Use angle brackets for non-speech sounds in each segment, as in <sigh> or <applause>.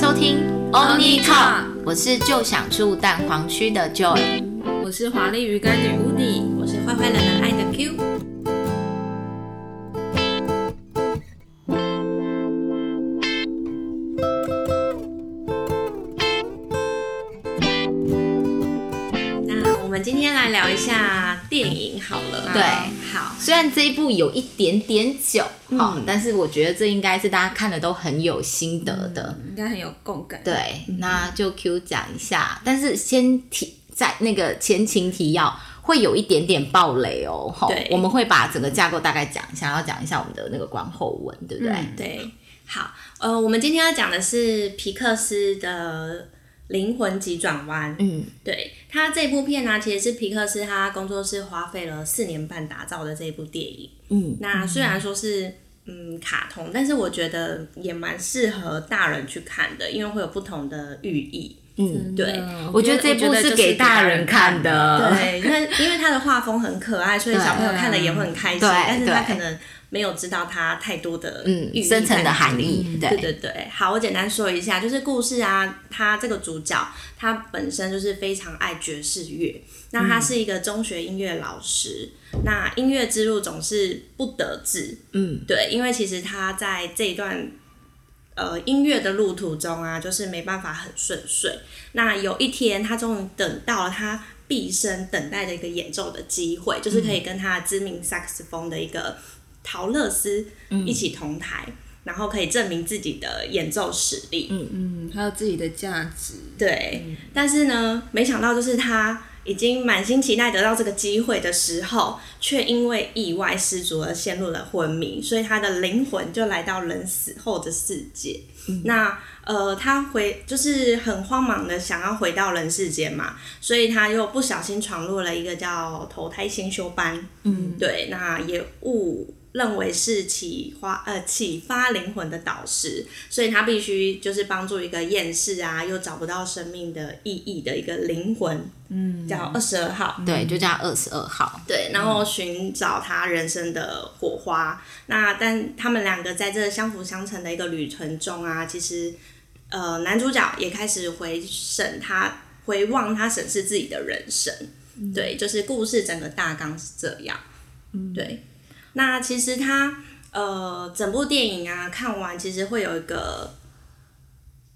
收听 Only Talk 我是就想住蛋黄区的 Joy。我是华丽鱼干女巫妮，我是坏坏懒懒爱的 Q。那我们今天来聊一下电影好了。对好，虽然这一部有一点点久，哦嗯但是我觉得这应该是大家看的都很有心得的。嗯应该很有共感。对，那就 Q 讲一下，但是先提在那个前情提要会有一点点暴雷哦，吼对我们会把整个架构大概讲一下，要讲一下我们的那个观后文，对不对？嗯对，好，呃，我们今天要讲的是皮克斯的《灵魂急转弯》。嗯，对他这部片呢、其实是皮克斯他工作室花费了四年半打造的这部电影。嗯，那虽然说是嗯卡通，但是我觉得也蛮适合大人去看的，因为会有不同的寓意。嗯，对，我觉得这部是给大人看的， <laughs> 对，那因为它的画风很可爱，所以小朋友看了也会很开心。对但是他对可能没有知道它太多的寓嗯，意深层的在含里面义，对对对，好，我简单说一下，就是故事啊，他这个主角他本身就是非常爱爵士乐，那他是一个中学音乐老师，那音乐之路总是不得志，嗯，对，因为其实他在这一段。呃，音乐的路途中啊，就是没办法很顺遂。那有一天，他终于等到了他毕生等待的一个演奏的机会，就是可以跟他知名萨克斯风的一个陶乐斯一起同台，然后可以证明自己的演奏实力。嗯，还有自己的价值。对，但是呢，没想到就是他已经满心期待得到这个机会的时候，却因为意外失足而陷入了昏迷，所以他的灵魂就来到人死后的世界。那呃，他回就是很慌忙的想要回到人世间嘛，所以他又不小心闯入了一个叫投胎先修班，嗯，对，那也误认为是启发呃启发灵魂的导师，所以他必须就是帮助一个厌世啊又找不到生命的意义的一个灵魂，嗯，叫二十二号，对，就叫二十二嗯号，对，然后寻找他人生的火花。那但他们两个在这相辅相成的一个旅程中啊，其实呃，男主角也开始回审他，回望他审视自己的人生。嗯对，就是故事整个大纲是这样。对。那其实他呃，整部电影啊，看完其实会有一个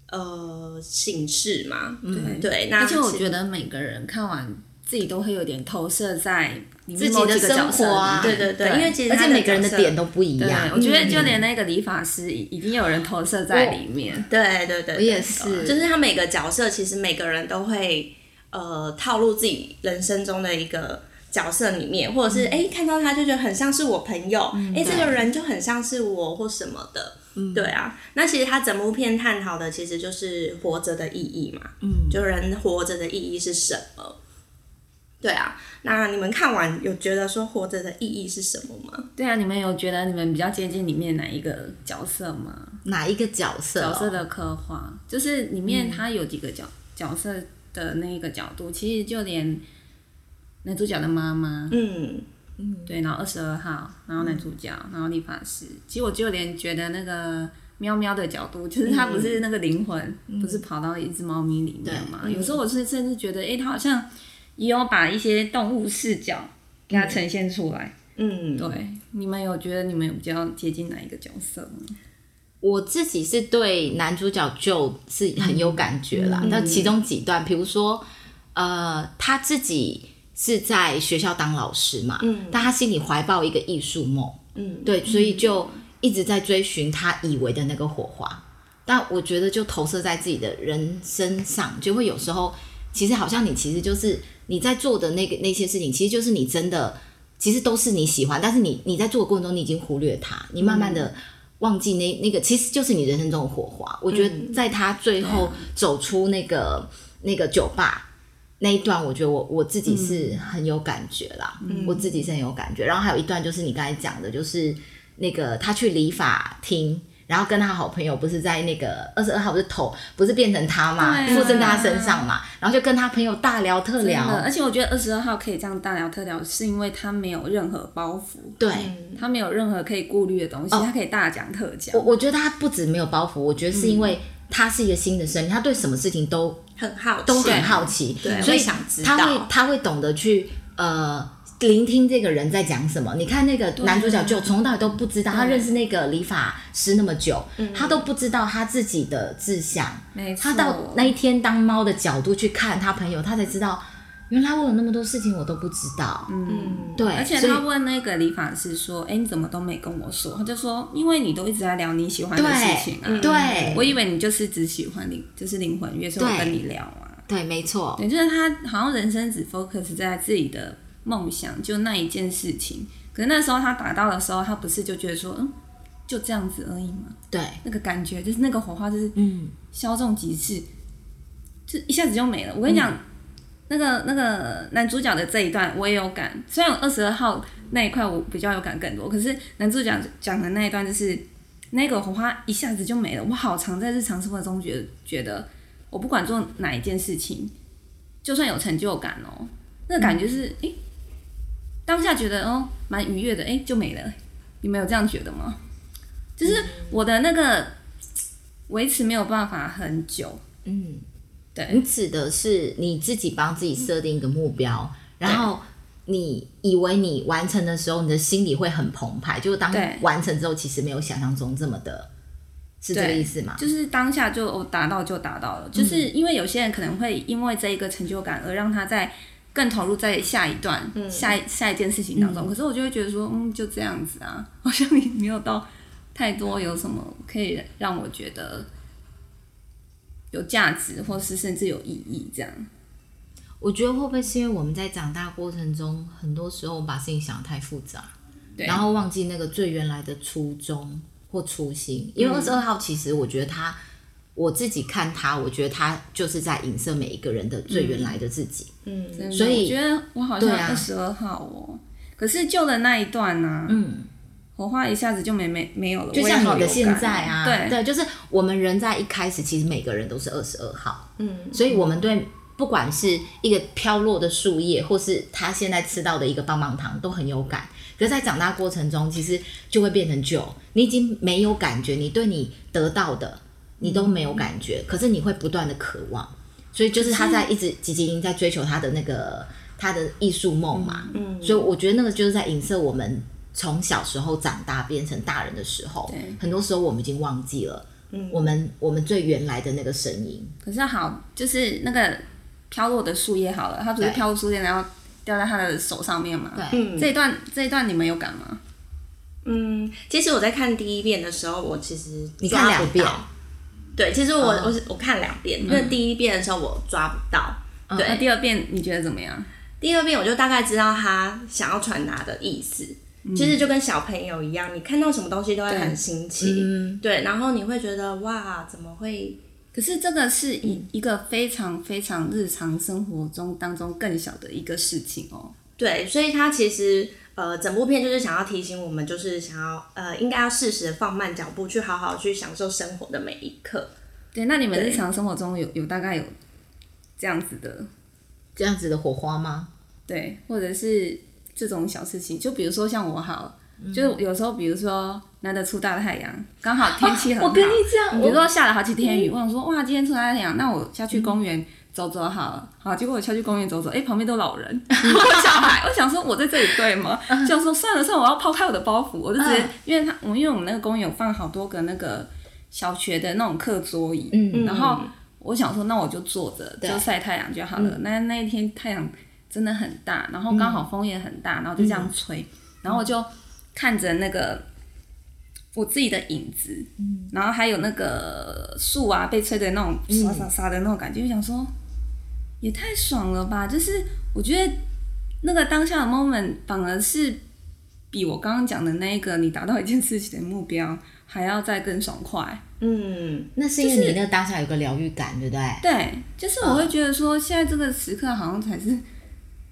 呃醒视嘛。对对，那嗯而且我其觉得每个人看完自己都会有点投射在你自己某的几个角色生活啊里对面对对，因为其实而他且每个人的角色点都不一对样，嗯我觉得就连那个理发师一定有人投射在里面。对对对，我也对是就是他每个角色其实每个人都会呃套入自己人生中的一个角色里面，或嗯者是哎、诶看到他就觉得很像是我朋友，哎、这个人就很像是我或什么的。嗯对啊，那其实他整部片探讨的其实就是活着的意义嘛，嗯，就人活着的意义是什么？对啊，那你们看完有觉得说活着的意义是什么吗？对啊，你们有觉得你们比较接近里面哪一个角色吗？哪一个角色哦、角色的刻画，就是里面他有几个角、角色的那个角度，其实就连男主角的妈妈，嗯，对，然后二十二号，然后男主角，然后理发师。其实我就连觉得那个喵喵的角度，就是它不是那个灵魂，不是跑到一只猫咪里面嘛？有时候我是甚至觉得，诶，它好像也有把一些动物视角给它呈现出来。嗯，对，你们有觉得你们有比较接近哪一个角色吗？我自己是对男主角就是很有感觉嗯啦。那、其中几段，比如说，呃，他自己是在学校当老师嘛，嗯，但他心里怀抱一个艺术梦，嗯，对，所以就一直在追寻他以为的那个火花。但我觉得就投射在自己的人身上，就会有时候，其实好像你其实就是你在做的那个那些事情，其实就是你真的，其实都是你喜欢，但是你你在做的过程中，你已经忽略它，你慢慢的。嗯忘记那那个，其实就是你人生中的火花。我觉得在他最后走出那个、那个酒吧那一段，我觉得我我自己是很有感觉啦，嗯我自己是很有感觉。然后还有一段就是你刚才讲的，就是那个他去理发厅。然后跟他好朋友不是在那个二十二号不是头不是变成他嘛，对啊附身在他身上嘛，然后就跟他朋友大聊特真的聊，而且我觉得二十二号可以这样大聊特聊，是因为他没有任何包袱，对，哦他没有任何可以顾虑的东西，他可以大讲特嗯讲我。我觉得他不止没有包袱，我觉得是因为他是一个新的生命，他对什么事情都很好奇，都很好奇，对，所以会想知他会道，他会懂得去呃聆听这个人在讲什么。你看那个男主角就从头到尾都不知道，他认识那个理发师那么久，嗯他都不知道他自己的志向。没错，他到那一天当猫的角度去看他朋友，他才知道原来我有那么多事情我都不知道。嗯，对，而且所以他问那个理发师说：“哎、你怎么都没跟我说？”他就说：“因为你都一直在聊你喜欢的事情啊，对嗯对我以为你就是只喜欢灵，就是灵魂乐，所以我跟你聊啊。对，没错，对，就是他好像人生只 focus 在自己的梦想，就那一件事情。可是那时候他达到的时候，他不是就觉得说，嗯，就这样子而已嘛。对，那个感觉就是那个火花，就是嗯，稍纵即逝，就一下子就没了。我跟你讲，那个那个男主角的这一段我也有感，虽然二十二号那一块我比较有感更多，可是男主角讲的那一段就是那个火花一下子就没了。我好常在日常生活中觉得觉得，我不管做哪一件事情，就算有成就感哦，那个感觉是诶、当下觉得哦蛮愉悦的，诶、就没了。你们有这样觉得吗？就是我的那个维持没有办法很久，嗯，对你指的是你自己帮自己设定一个目标，嗯然后你以为你完成的时候，你的心里会很澎湃，就当对完成之后，其实没有想象中这么的，是这个对意思吗？就是当下就哦达到就达嗯到了，就是因为有些人可能会因为这一个成就感而让他在更投入在下一段、嗯下一下一件事情当中，可是我就会觉得说，嗯，就这样子啊，好像也没有到太多有什么可以让我觉得有价值，或是甚至有意义这样。我觉得会不会是因为我们在长大过程中，很多时候我们把事情想得太复杂，对然后忘记那个最原来的初衷或初心。因为二十嗯二号，其实我觉得他，我自己看他，我觉得他就是在影射每一个人的最原来的自己。嗯，真的所以我觉得我好对像啊二十二号哦、可是旧的那一段呢、嗯，火花一下子就没没没有了，就我也像好你的有现感在啊，对，就是我们人在一开始，其实每个人都是二十二号，嗯，所以我们对。不管是一个飘落的树叶，或是他现在吃到的一个棒棒糖，都很有感。可是，在长大过程中，其实就会变成旧，你已经没有感觉，你对你得到的你都没有感觉，可是你会不断的渴望，所以就是他在一直汲汲营在追求他的那个他的艺术梦嘛，嗯，所以我觉得那个就是在影射我们从小时候长大变成大人的时候对，很多时候我们已经忘记了，嗯，我们我们最原来的那个声音，可是好，就是那个飘落的树叶好了，它不是对飘落树叶，然后掉在他的手上面嘛？对，嗯这一段这一段你们有感吗？嗯，其实我在看第一遍的时候，我其实你抓看两不遍嗯到。对，其实我、哦我是我看两遍，因为第一遍的时候我抓不到，对那第二遍你觉得怎么样？第二遍我就大概知道他想要传达的意思。嗯其实就跟小朋友一样，你看到什么东西都会对很新奇，嗯对，然后你会觉得哇，怎么会？可是这个是一一个非常非常日常生活中当中更小的一个事情哦。对，所以他其实呃，整部片就是想要提醒我们，就是想要呃，应该要适时的放慢脚步，去好好去享受生活的每一刻。对，那你们对日常生活中有有大概有这样子的这样子的火花吗？对，或者是这种小事情，就比如说像我好了，嗯就是有时候比如说难得出大太阳，刚好天气 <laughs> 很好，哦我跟你讲，比如我嗯说下了好几天雨，我想说哇，今天出大太阳，那我下去公园走走好嗯了。好，结果我下去公园走走，哎、旁边都老人， <laughs> 我有小孩，我想说我在这里对吗？想说算了算了，我要抛开我的包袱，我就直接，嗯因为他我们因为我们那个公园有放好多个那个小学的那种课桌椅，嗯然后我想说那我就坐着对嗯就晒太阳就好了。那那一天太阳真的很大，然后刚好风也很大，然后就这样吹，然后我就看着那个我自己的影子，然后还有那个树啊被吹的那种沙沙沙的那种感觉，就想说也太爽了吧！就是我觉得那个当下的 moment 反而是比我刚刚讲的那个你达到一件事情的目标还要再更爽快。嗯，那是因为你那当下有个疗愈感，对不对？对，就是我会觉得说，现在这个时刻好像才是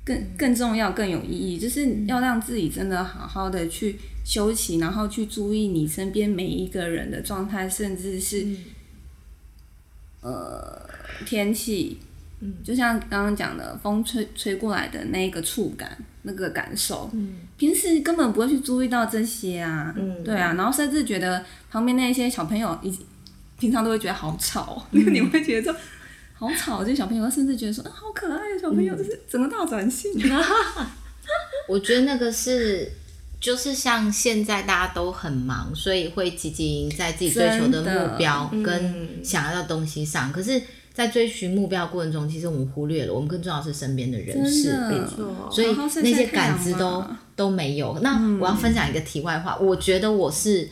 更更重要、更有意义，就是要让自己真的好好的去休息，然后去注意你身边每一个人的状态，甚至是、嗯呃天气。嗯就像刚刚讲的，风吹吹过来的那个触感，那个感受，平时根本不会去注意到这些啊，嗯对啊，然后甚至觉得旁边那些小朋友已经平常都会觉得好吵， <laughs> 因为你会觉得说好吵，这小朋友甚至觉得说，啊，好可爱的小朋嗯友，就是整个大转性。我觉得那个是，就是像现在大家都很忙，所以会积极在自己追求的真的目标嗯跟想要的东西上。可是，在追寻目标过程中，其实我们忽略了，我们更重要的是身边的人真事的物。错所以好好晒晒那些太阳感知都嘛都没有。那我要分享一个题外话，我觉得我是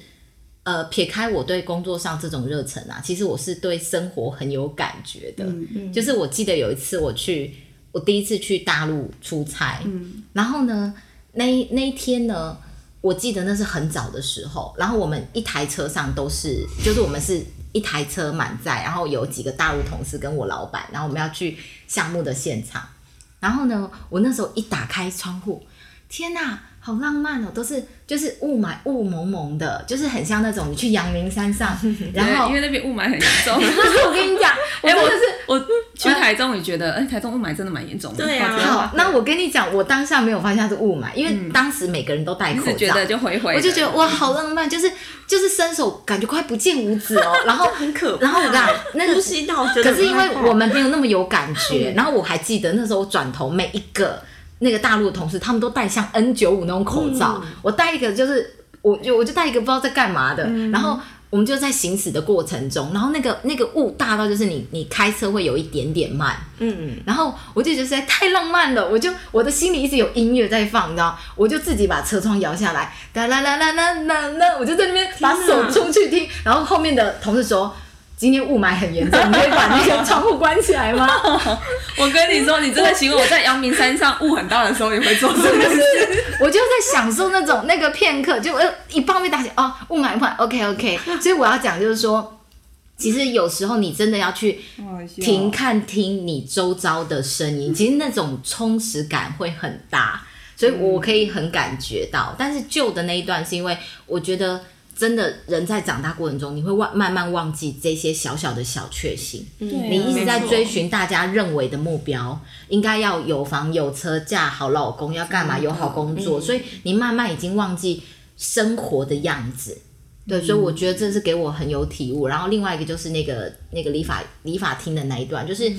呃撇开我对工作上这种热忱啊，其实我是对生活很有感觉的。就是我记得有一次我去，我第一次去大陆出差，然后呢，那一那一天呢。我记得那是很早的时候，然后我们一台车上都是，就是我们是一台车满载，然后有几个大陆同事跟我老板，然后我们要去项目的现场，然后呢，我那时候一打开窗户，天呐，好浪漫哦！都是就是雾霾雾蒙蒙的，就是很像那种你去阳明山 <laughs> 上，然对后因为那边雾霾很严重。就是我跟你 <laughs> 讲， <laughs> 我哎、真我的是、呃我去台中也觉得，哎、台中雾霾真的蛮严重的。对啊夸张好。那我跟你讲，我当下没有发现它是雾霾，因为当时每个人都戴嗯你口只觉罩。得就回回，我就觉得哇，好浪漫，就是就是伸手感觉快不见五指哦，然后 <laughs> 很可怕。然后我跟你 <laughs> 讲，那个呼吸道觉得可是因很害为怕我们没有那么有感嗯觉，然后我还记得那时候我转头每一个那个大陆的同事，他们都戴像 N 九五那种口罩，嗯我戴一个就是我就我就戴一个不知道在干嘛的，嗯然后。我们就在行驶的过程中，然后那个那个雾大到就是你你开车会有一点点慢，嗯，然后我就觉得实在太浪漫了，我就我的心里一直有音乐在放，你知道，我就自己把车窗摇下来，哒啦啦啦啦啦啦，我就在那边把手冲去听，然后后面的同事说。今天雾霾很严重，你可以把那个窗户关起来吗？ <laughs> 我跟你说，你这个行为，我在阳明山上雾很大的时候也会做这个事。我就在享受那种那个片刻，就呃一棒被打醒，哦，雾霾快，OK OK。所以我要讲就是说，其实有时候你真的要去哦停看听你周遭的声音，其实那种充实感会很大，所以我可以很感觉到。但是旧的那一段是因为我觉得真的人在长大过程中，你会忘慢慢忘记这些小小的小确幸。对啊你一直在没错追寻大家认为的目标，应该要有房有车嫁好老公，要干嘛有好工作，所以你慢慢已经忘记生活的样子。对，所以我觉得这是给我很有体悟。然后另外一个就是那个那个理发理发厅的那一段，就是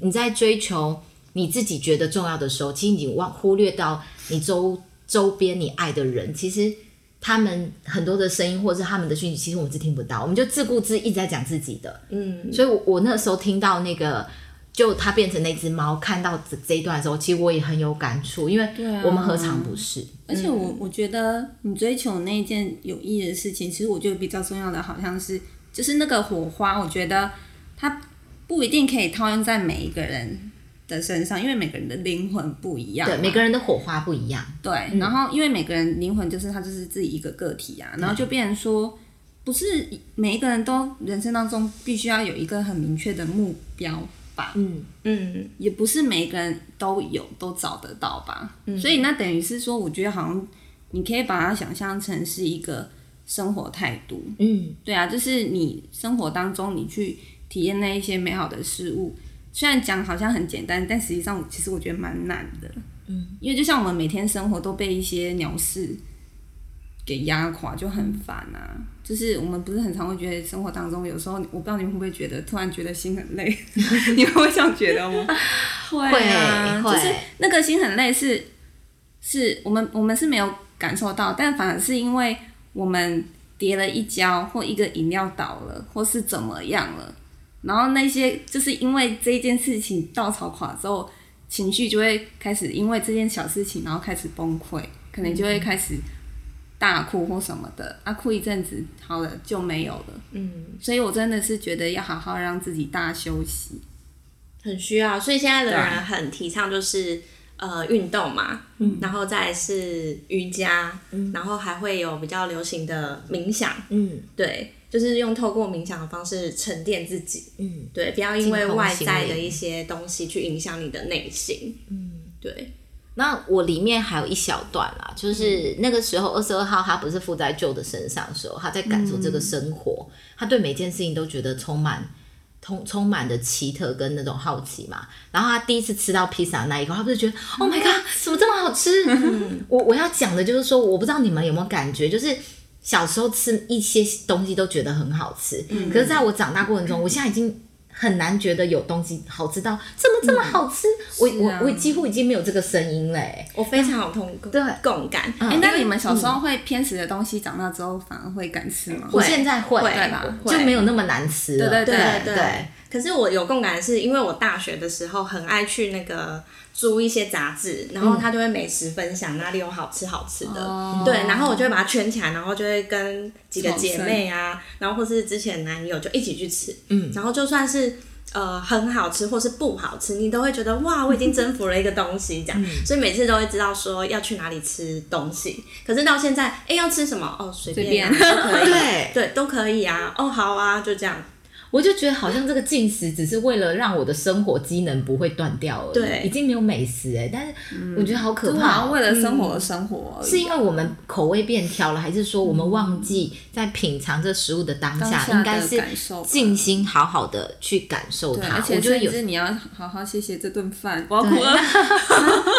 你在追求你自己觉得重要的时候，其实你忘忽略到你周周边你爱的人，其实他们很多的声音或者是他们的讯息，其实我们是听不到，我们就自顾自一直在讲自己的。嗯，所以我我那时候听到那个。就它变成那只猫，看到这这一段的时候，其实我也很有感触，因为啊我们何尝不是？而且我嗯我觉得你追求那一件有意义的事情，其实我觉得比较重要的好像是就是那个火花，我觉得它不一定可以套用在每一个人的身上，因为每个人的灵魂不一样嘛。对，每个人的火花不一样。对，然后因为每个人灵魂就是他就是自己一个个体啊，然后就变成说，不是每一个人都人生当中必须要有一个很明确的目标吧，嗯，嗯，也不是每一个人都有都找得到吧，所以那等于是说，我觉得好像你可以把它想象成是一个生活态度，嗯，对啊，就是你生活当中你去体验那一些美好的事物，虽然讲好像很简单，但实际上其实我觉得蛮难的。嗯，因为就像我们每天生活都被一些鸟事给压垮，就很烦啊。就是我们不是很常会觉得生活当中有时候，我不知道你们会不会觉得突然觉得心很 <laughs> 累，你们会这样觉得吗？会啊，会就是那个心很累是是我们我们是没有感受到，但反而是因为我们跌了一跤，或一个饮料倒了，或是怎么样了，然后那些就是因为这一件事情稻草垮之后，情绪就会开始因为这件小事情，然后开始崩溃，可能就会开始大哭或什么的，啊，哭一阵子好了就没有了，嗯，所以我真的是觉得要好好让自己大休息，很需要。所以现在的对人啊很提倡就是呃运动嘛，然后再来是瑜伽，然后还会有比较流行的冥想，嗯对，就是用透过冥想的方式沉淀自己，嗯，对，不要因为净空外心在的灵一些东西去影响你的内心，嗯，对，那我里面还有一小段啦，就是那个时候二十二号他不是附在旧的身上的时候，他在感受这个生活，他对每件事情都觉得充满。充充满着奇特跟那种好奇嘛，然后他第一次吃到披萨那一口，他不是觉得、Oh my god，怎么这么好吃？我我要讲的就是说，我不知道你们有没有感觉，就是小时候吃一些东西都觉得很好吃，可是在我长大过程中，我现在已经很难觉得有东西好吃到怎么这么好吃，我、啊我我几乎已经没有这个声音嘞、我非常有同对共感。啊哎、那你们小时候会偏食的东西，长大之后反而会敢吃吗？我现在会会对吧会就没有那么难吃了，对对对对对可是我有共感的是，因为我大学的时候很爱去那个租一些杂志，然后他就会美食分享哪里有好吃好吃的，哦对，然后我就会把它圈起来，然后就会跟几个姐妹啊，然后或是之前男友就一起去吃，嗯，然后就算是。呃，很好吃，或是不好吃，你都会觉得哇，我已经征服了一个东西这样，所以每次都会知道说要去哪里吃东西。可是到现在，哎、要吃什么？哦，随便、啊、随便都可以，对对，都可以啊。哦，好啊，就这样。我就觉得好像这个进食只是为了让我的生活机能不会断掉而已，对已经没有美食哎、但嗯是我觉得好可就怕好哦、像为了生活而生活而已，是因为我们口味变挑了，还是说我们忘记在品尝这食物的当嗯当下，下的应该是感受吧静心好好的去感受对，它？而我且觉得甚有至你要好好谢谢这顿饭，我要哭了。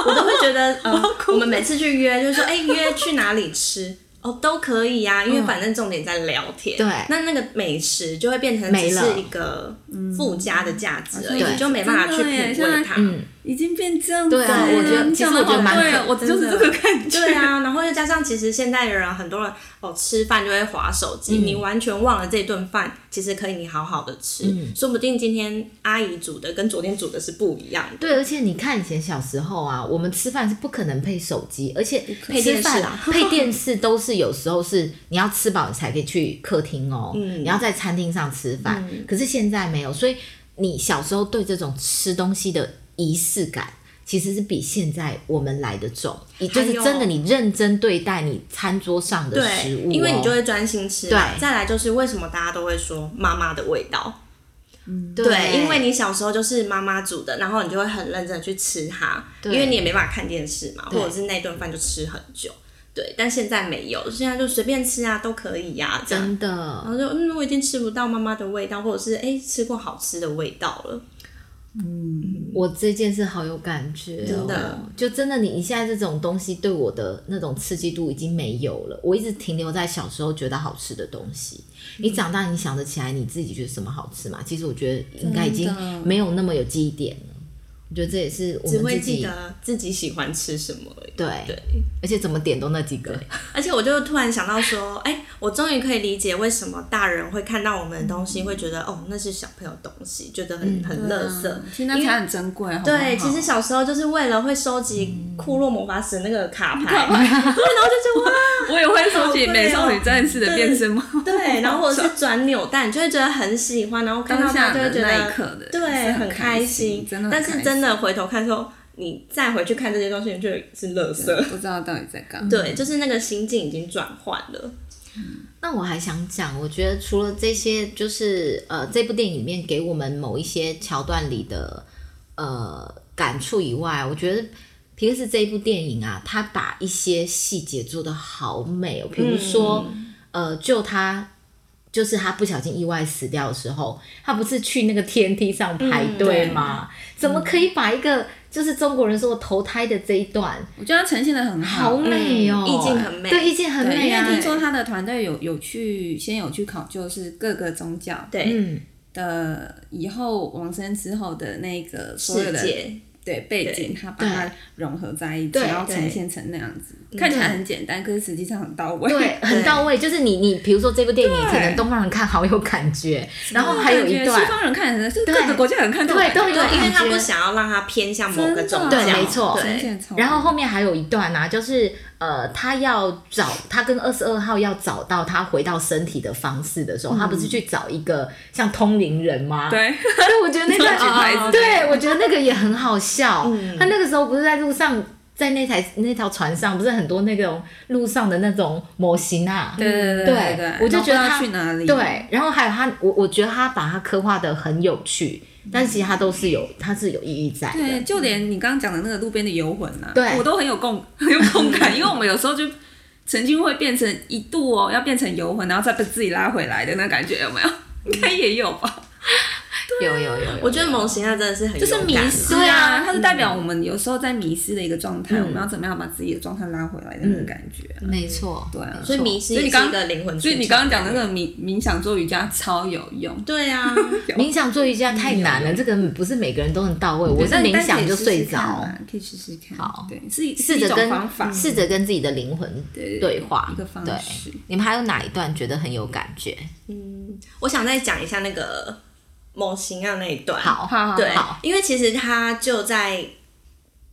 我都会 <laughs> 觉得，呃，我们每次去约，就是说，哎、约去哪里吃？哦，都可以呀、因为反正重点在聊天。嗯对那那个美食就会变成没只了嗯是一个附加的价值而已，对你就没办法去品真的耶味它。嗯已经变这样子对了，啊我觉得你其实讲得我觉得好蛮对可啊哦，我就是这个感觉。对啊，然后又加上，其实现在的人很多人哦，吃饭就会划手嗯机，你完全忘了这顿饭其实可以你好好的吃，嗯说不定今天阿姨煮的跟昨天煮的是不一样的。对，而且你看以前小时候啊，我们吃饭是不可能配手机，而且配吃电视饭啊配电视都是有时候是你要吃饱你才可以去客厅哦，嗯你要在餐厅上吃饭。可是现在没有，所以你小时候对这种吃东西的仪式感。其实是比现在我们来的重，也就是还有真的你认真对待你餐桌上的食物、哦，因为你就会专心吃嘛。对再来就是为什么大家都会说妈妈的味道，对，对，因为你小时候就是妈妈煮的，然后你就会很认真的去吃它，因对为你也没办法看电视嘛，对或者是那顿饭就吃很久。对，但现在没有，现在就随便吃啊，都可以呀、啊，这样。真的然后就嗯，我已经吃不到妈妈的味道，或者是哎、吃过好吃的味道了。我这件事好有感觉、哦，真的，就真的你你现在这种东西对我的那种刺激度已经没有了，我一直停留在小时候觉得好吃的东西。嗯你长大你想得起来你自己觉得什么好吃吗？其实我觉得应该已经真的没有那么有记忆点了。我觉得这也是我只们会自己记得自己喜欢吃什么而已。对对，而且怎么点都那几个，而且我就突然想到说，哎、我终于可以理解为什么大人会看到我们的东西，会觉得哦，那是小朋友东西，觉得很、很 <laughs> 垃圾。嗯其实那才很珍贵，好不好对，其实小时候就是为了会收集库洛魔法使那个卡牌，对，嗯然后就觉得哇， <laughs> 我也会收好贵集哦美少女战士的变身帽， <laughs> 对，然后或者是转扭蛋，就会觉得很喜欢，然后看到当它下就会的觉那一得刻的，对是很开心，真的。但是真，的回头看说，你再回去看这些东西，你就是垃圾。不知道到底在干嘛。对，就是那个心境已经转换了。那我还想讲，我觉得除了这些，就是呃，这部电影里面给我们某一些桥段里的呃感触以外，我觉得皮克斯这一部电影啊，它把一些细节做得好美哦，比如说、呃，就他就是他不小心意外死掉的时候，他不是去那个天梯上排队吗？怎么可以把一个就是中国人说投胎的这一段，我觉得它呈现的很好好。美哦，嗯意境很美对，意境很对，美因啊为，听说他的团队有有去先有去考究是各个宗教对，嗯，的以后往生之后的那个所有世的界对背景，他把它融合在一起，对嗯然后对呈现成那样子，看起来很简单，可是实际上很到位。 <laughs> 对， <laughs> 很到位。就是你你比如说这部电影，可能东方人看好有感觉，然后还有一感觉段西，方人看人，就是对各个国家人看都有对都有对，因为他感觉不想要让他偏向某个宗教，真的对没错呈对，现超然后后面还有一段啊，就是呃，他要找他跟二十二号要找到他回到身体的方式的时候，他不是去找一个像通灵人吗？<laughs> 嗯对，对，我觉得那段举牌子对我觉得那个也很好笑。嗯他那个时候不是在路上，在那台那条船上，不是很多那种路上的那种模型啊？对对对对对，我就觉得然后不知道他去哪里，对，然后还有他，我我觉得他把他刻画的很有趣，嗯但其实他都是有，他是有意义在对，的。就连你刚刚讲的那个路边的游魂啊，嗯对嗯我都很有共 <laughs> 很有共感，因为我们有时候就曾经会变成一度嗯哦，要变成游魂，然后再被自己拉回来的那感觉有没有？应该也有吧。有有有有我觉得蒙形那真的是很就勇是敢迷失对啊，啊嗯它是代表我们有时候在迷失的一个状态，我们要怎么样把自己的状态拉回来的那个感觉啊、没错，对啊所所以以迷冥失所以也你是一刚个灵魂出窍。所以你刚刚讲那个冥冥想做瑜伽超有用， <laughs> 对啊，冥想做瑜伽太难了，这个不是每个人都很到位。我是但冥但可想以就试试睡看着，啦，可以试试看。好对，是是试一着种跟方法，试着跟自己的灵魂对对话一个方对式。你们还有哪一段觉得很有感觉？我想再讲一下那个蒙形啊那一段。好，好好对好，因为其实他就在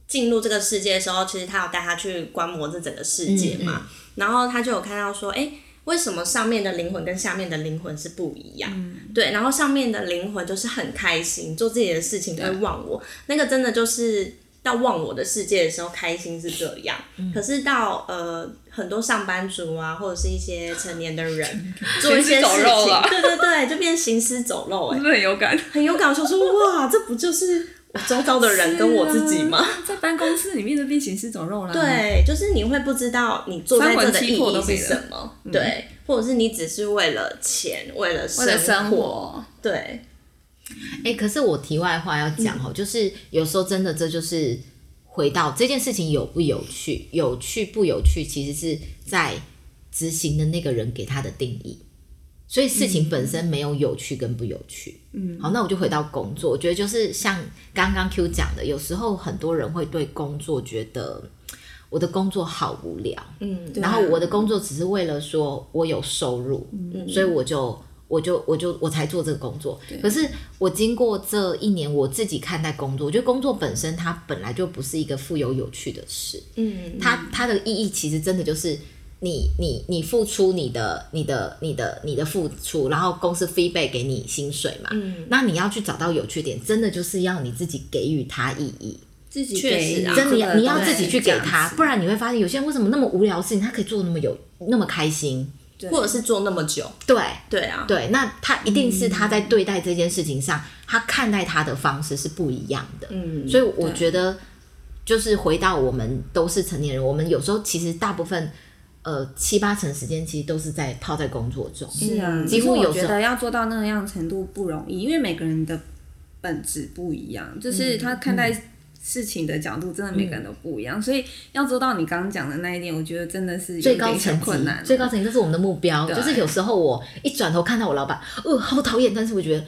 进入这个世界的时候，其实他有带他去观摩这整个世界嗯嘛，然后他就有看到说，哎、为什么上面的灵魂跟下面的灵魂是不一样？嗯对，然后上面的灵魂就是很开心，做自己的事情会忘我，那个真的就是到忘我的世界的时候，开心是这样。嗯可是到呃很多上班族啊，或者是一些成年的人做一些行尸走事肉情了，对对对，就变行尸走肉、哎是，不是很有感？很有感，我想说哇，这不就是我周遭的人跟我自己吗？是啊？在办公室里面的变形是走肉啦。，对，就是你会不知道你坐在这的意三魂七魄义都没是了什么，对，或者是你只是为了钱，为了为了生活，对，哎、可是我题外话要讲哦，就是有时候真的这就是回到这件事情有不有趣，有趣不有趣，其实是在执行的那个人给他的定义。所以事情本身没有有趣跟不有趣。嗯，好，那我就回到工作，我觉得就是像刚刚 Q 讲的，有时候很多人会对工作觉得我的工作好无聊，嗯，嗯然后我的工作只是为了说我有收入，所以我就我就我就我才做这个工作。可是我经过这一年，我自己看待工作，我觉得工作本身它本来就不是一个富有有趣的事，嗯，它它的意义其实真的就是。你你你付出你的你的你的你的付出，然后公司 feedback 给你薪水嘛，嗯那你要去找到有趣点，真的就是要你自己给予它意义。自己确实啊真的给要你要自己去给这个他东，西不然你会发现有些人为什么那么无聊的事情，他可以做那么有那么开心。或者是做那么久，对对啊，对，那他一定是他在嗯对待这件事情上，他看待他的方式是不一样的。嗯，所以我觉得，就是回到我们都是成年人，我们有时候其实大部分呃七八成时间其实都是在泡在工作中。是啊，嗯几乎可是有我时觉候得要做到那样程度不容易，因为每个人的本质不一样，嗯就是他看待事情的角度真的每个人都不一样，所以要做到你刚刚讲的那一点，我觉得真的是有最一高点小层级困难，，哦最高层级，这是我们的目标。就是有时候我一转头看到我老板，呃，好讨厌，但是我觉得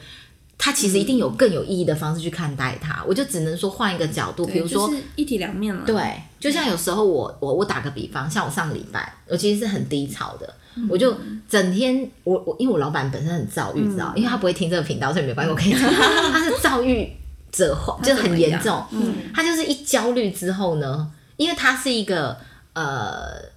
他其实一定有更有意义的方式去看待他，我就只能说换一个角度，对比如说。就是一体两面了，对，啊就像有时候我我我打个比方，像我上礼拜，我其实是很低潮的，嗯我就整天我我因为我老板本身很躁郁，知道，嗯因为他不会听这个频道，所以没关系，我可以 <laughs> 讲，他是躁郁者患，就很严重，嗯，他就是一焦虑之后呢，因为他是一个呃。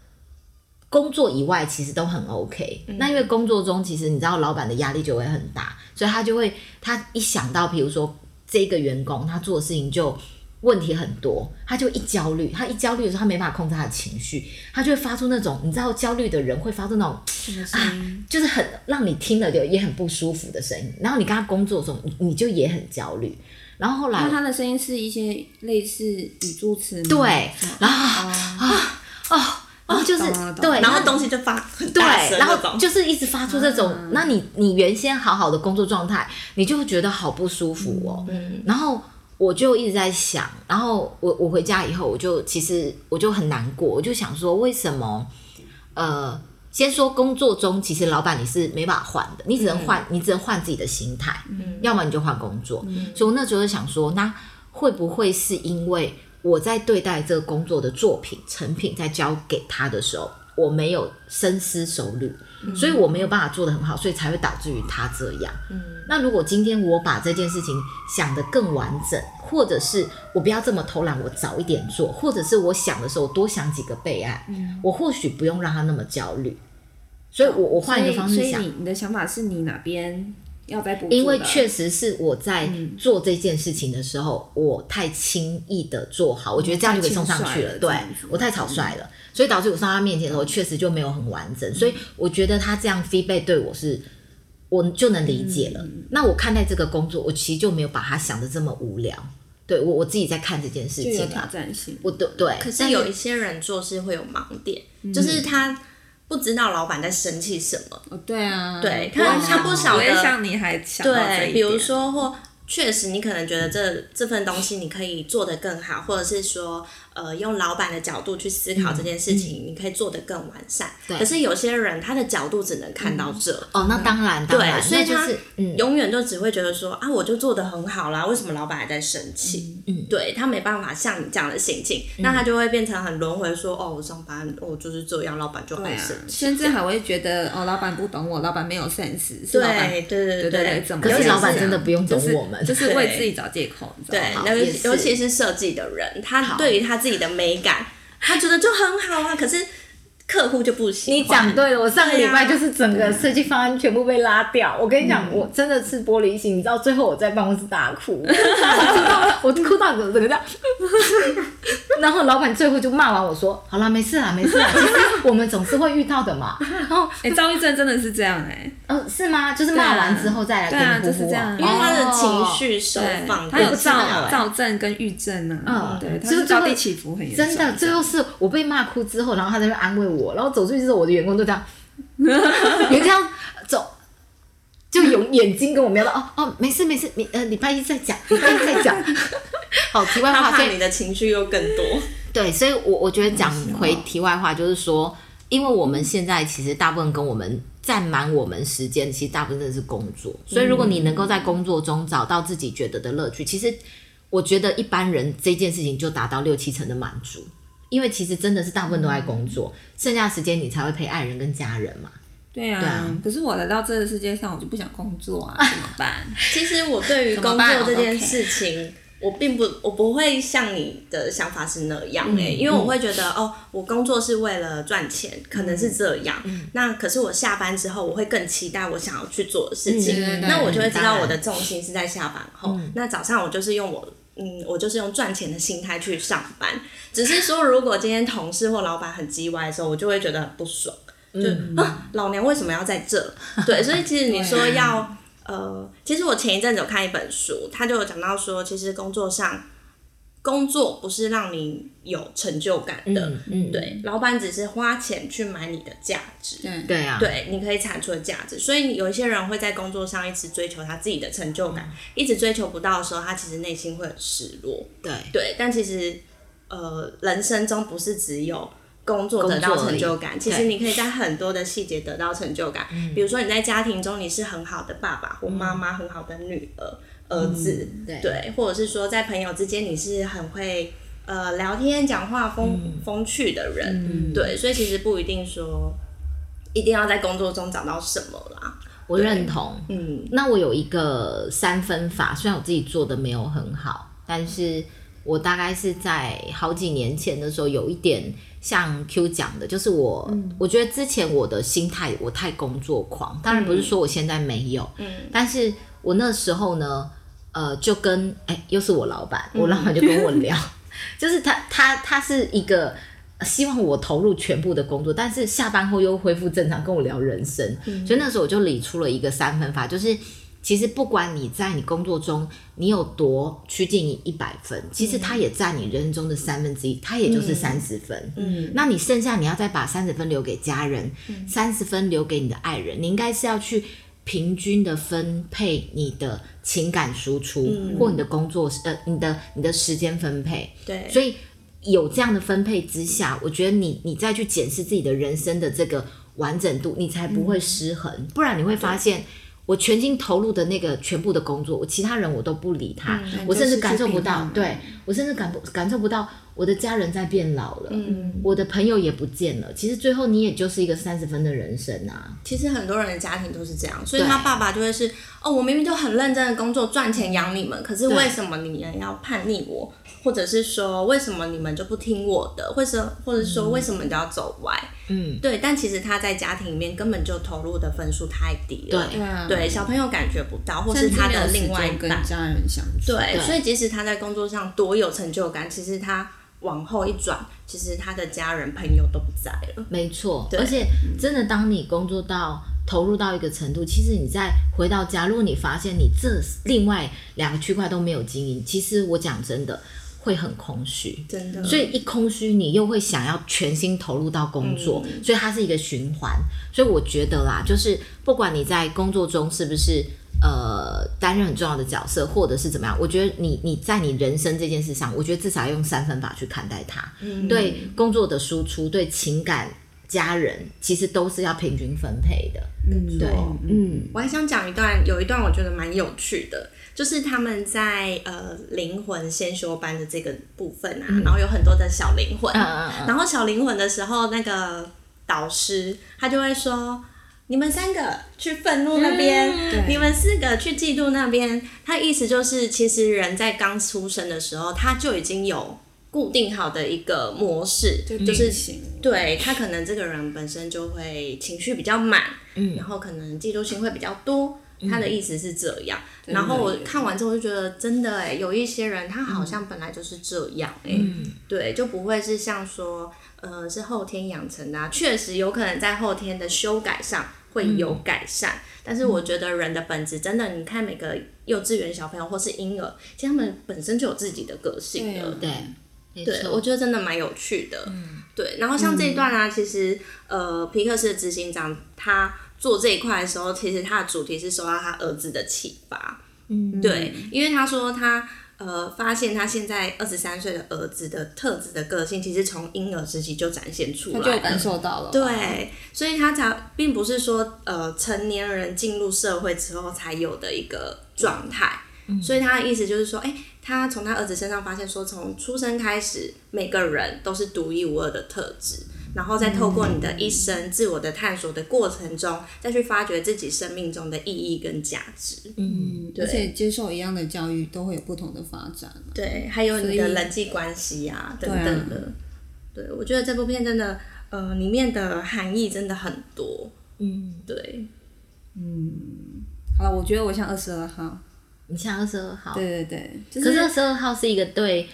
工作以外其实都很 OK，、那嗯因为工作中其实你知道老板的压力就会很大，所以他就会他一想到比如说这个员工他做的事情就问题很多，他就一焦虑，他一焦虑的时候他没办法控制他的情绪，他就会发出那种你知道焦虑的人会发出那种啊什么声音？就是很让你听了就也很不舒服的声音，然后你跟他工作的时候你你就也很焦虑，然后后来那他的声音是一些类似语助词哦吗，对是吗，然后啊啊哦，然后就是懂了懂了对，然后东西就发很对大，声然那后种，就是一直发出这种，那你你原先好好的工作状态，你就会觉得好不舒服哦。嗯然后我就一直在想，然后我我回家以后，我就其实我就很难过，我就想说为什么？呃，先说工作中，其实老板你是没办法换的，你只能换，你只能换自己的心态，要么你就换工作。所以我那时候就想说，那会不会是因为我在对待这个工作的作品成品在交给他的时候，我没有深思熟虑，所以我没有办法做得很好，所以才会导致于他这样。那如果今天我把这件事情想得更完整，或者是我不要这么偷懒，我早一点做，或者是我想的时候我多想几个备案，嗯我或许不用让他那么焦虑。所以我，我所换一以个方所式以想，你你的想法是你哪边要再补足的？啊嗯因为确实是我在做这件事情的时候，我太轻易的做好，我觉得这样就给送上去了，嗯太轻率了对这样子嗯我太草率了，所以导致我上他面前的时候，确实就没有很完整，所以我觉得他这样 feedback 对我是。我就能理解了。嗯那我看待这个工作，我其实就没有把它想的这么无聊。对我我自己在看这件事就有情挑啊，战性，我对对。可是嗯但有一些人做事会有盲点，就是他不知道老板在生气什么，哦对啊，对我也他他想不晓得我也像你还想到这一对，点比如说或确实，你可能觉得这这份东西你可以做得更好，或者是说，呃，用老板的角度去思考嗯这件事情，你可以做得更完善。对可是有些人他的角度只能看嗯到这，哦，那当然，当然，对所以那就他是嗯，永远就只会觉得说啊，我就做得很好啦，为什么老板还在生气？嗯嗯对他没办法像你这样的心情，嗯那他就会变成很轮回说，哦，我上班我、哦、就是这样，老板就对爱啊生，气。甚至还会觉得哦，老板不懂我，老板没有 sense，是对老板对对对对，怎么可样是这老样？板真的不用懂我们就是就是为自己找借口，你知道对吗？，那尤也是尤其是设计的人，他对于他自己的美感，他觉得就很好啊，可是客户就不喜欢。你讲对了，我上个礼拜对啊嗯就是整个设计方案全部被拉掉。我跟你讲，我真的是玻璃心，你知道，最后我在办公室大 <laughs> 哭，我哭到我哭到整个这样。然后老板最后就骂完我说：“好啦，没事啦，啊没事啦，其实我们总是会遇到的嘛。”然后，哎，躁郁症真的是这样哎，呃，是吗？就是骂完之后再来对啊跟呼就是呼这样因为他的情哦绪收放，对，他对有不知道哦躁欸躁症跟郁症啊嗯，对，他所以是高最低后起伏很严重真的，最后是我被骂哭之后，然后他在那边安慰我，然后走出去之后，我的员工就这样，员工这样走，就有眼睛跟我瞄到，哦哦，没事没事，你呃礼拜一再讲，礼拜一再讲。好，题外他话，怕所你以的情绪又更多。对，所以我我觉得讲回题外话，就是说，因为我们现在其实大部分跟我们占满我们时间，其实大部分真的是工作，所以如果你能够在工作中找到自己觉得的乐趣，其实我觉得一般人这件事情就达到六七成的满足。因为其实真的是大部分都在工作，剩下的时间你才会陪爱人跟家人嘛。对啊啊，可是我来到这个世界上，我就不想工作啊，怎么办？其实我对于怎工么作办这件事情，我并不，我不会像你的想法是那样嗯诶、因为我会觉得、哦，我工作是为了赚钱，可能是这样。嗯那可是我下班之后，我会更期待我想要去做的事情，嗯对对对嗯那我就会知当道然我的重心是在下班后。那早上我就是用我。嗯，我就是用赚钱的心态去上班，只是说如果今天同事或老板很叽歪的时候，我就会觉得很不爽，就、啊，老娘为什么要在这？对，所以其实你说要、呃，其实我前一阵子有看一本书，他就有讲到说，其实工作上，工作不是让你有成就感的，嗯，对，老板只是花钱去买你的价值，对对啊，对，你可以产出的价值。所以有一些人会在工作上一直追求他自己的成就感，一直追求不到的时候，他其实内心会很失落。对对，但其实呃，人生中不是只有工作得到工作而成已就感，其实对嗯你可以在很多的细节得到成就感。比如说你在家庭中你是很好的爸爸或妈妈，很好的女儿、儿子，嗯对对，或者是说在朋友之间你是很会。呃，聊天讲话风、嗯风趣的人，对，所以其实不一定说一定要在工作中找到什么啦，我认同。嗯，那我有一个三分法，虽然我自己做的没有很好，但是我大概是在好几年前的时候，有一点像 Q 讲的，就是我、我觉得之前我的心态我太工作狂，当然不是说我现在没有，但是我那时候呢，呃，就跟哎、又是我老板，我老板就跟我聊， <laughs> 就是他他他是一个。希望我投入全部的工作，但是下班后又恢复正常，跟我聊人生。所以那时候我就理出了一个三分法，就是其实不管你在你工作中你有多趋近于一百分，其实它也占你人生中的三分之一，它也就是三十分。嗯，那你剩下你要再把三十分留给家人，三十、分留给你的爱人，你应该是要去。平均的分配你的情感输出，或你的工作呃，你的你的时间分配，对，所以有这样的分配之下，我觉得你你再去检视自己的人生的这个完整度，你才不会嗯失衡。不然你会发现，我全心投入的那个全部的工作，我其他人我都不理他，嗯我甚至感受不到，就是去平衡对我甚至感不感受不到我的家人在变老了，嗯我的朋友也不见了。其实最后你也就是一个三十分的人生啊，其实很多人的家庭都是这样，所以对他爸爸就会是哦，我明明就很认真的工作赚钱养你们，可是为什么你们要叛逆我，或者是说为什么你们就不听我的，或者或者说为什么你都要走歪？嗯，对，但其实他在家庭里面根本就投入的分数太低对了，对啊，对小朋友感觉不到，或是甚至他没有的时另外一间跟半，家人相处，对，对所以即使他在工作上多有成就感，其实他往后一转，其实他的家人朋友都不在了，没错，对而且真的，当你工作到投入到一个程度，其实你再回到家，如果你发现你这另外两个区块都没有经营，其实我讲真的会很空虚。真嗯的，所以一空虚，你又会想要全心投入到工作，所以它是一个循环。所以我觉得啦，就是不管你在工作中是不是呃担任很重要的角色，或者是怎么样，我觉得你你在你人生这件事上，我觉得至少要用三分法去看待它。对工作的输出，对情感、家人，其实都是要平均分配的。嗯，对，嗯，我还想讲一段，有一段我觉得蛮有趣的，就是他们在呃灵魂先修班的这个部分啊，然后有很多的小灵魂，嗯嗯然后小灵魂的时候，那个导师他就会说。你们三个去愤怒那边，你们四个去嫉妒那边。他意思就是，其实人在刚出生的时候，他就已经有固定好的一个模式，就是嗯对他可能这个人本身就会情绪比较满，嗯，然后可能嫉妒心会比较多。他的意思是这样，然后我看完之后就觉得真的哎、有一些人他好像本来就是这样哎、对，就不会是像说呃是后天养成的、啊，确实有可能在后天的修改上会有改善，但是我觉得人的本质真的，你看每个幼稚园小朋友或是婴儿，其实他们本身就有自己的个性的，对，没对，错我觉得真的蛮有趣的。嗯，对。然后像这一段啊，其实呃，皮克斯的执行长他做这一块的时候，其实他的主题是受到他儿子的启发。嗯，对，因为他说他呃发现他现在二十三岁的儿子的特质的个性，其实从婴儿时期就展现出来他了，就有感受到了。对，所以他才并不是说呃成年人进入社会之后才有的一个状态。所以他的意思就是说，哎、他从他儿子身上发现说，从出生开始，每个人都是独一无二的特质，然后再透过你的一生自我的探索的过程中，再去发掘自己生命中的意义跟价值。嗯，而且接受一样的教育都会有不同的发展。对，还有你的所以人际关系啊等对啊等的。对，我觉得这部片真的，呃，里面的含义真的很多。嗯，对，好了，我觉得我像二十二号。你像二十二号，对对对，就可是是二十二号是一个对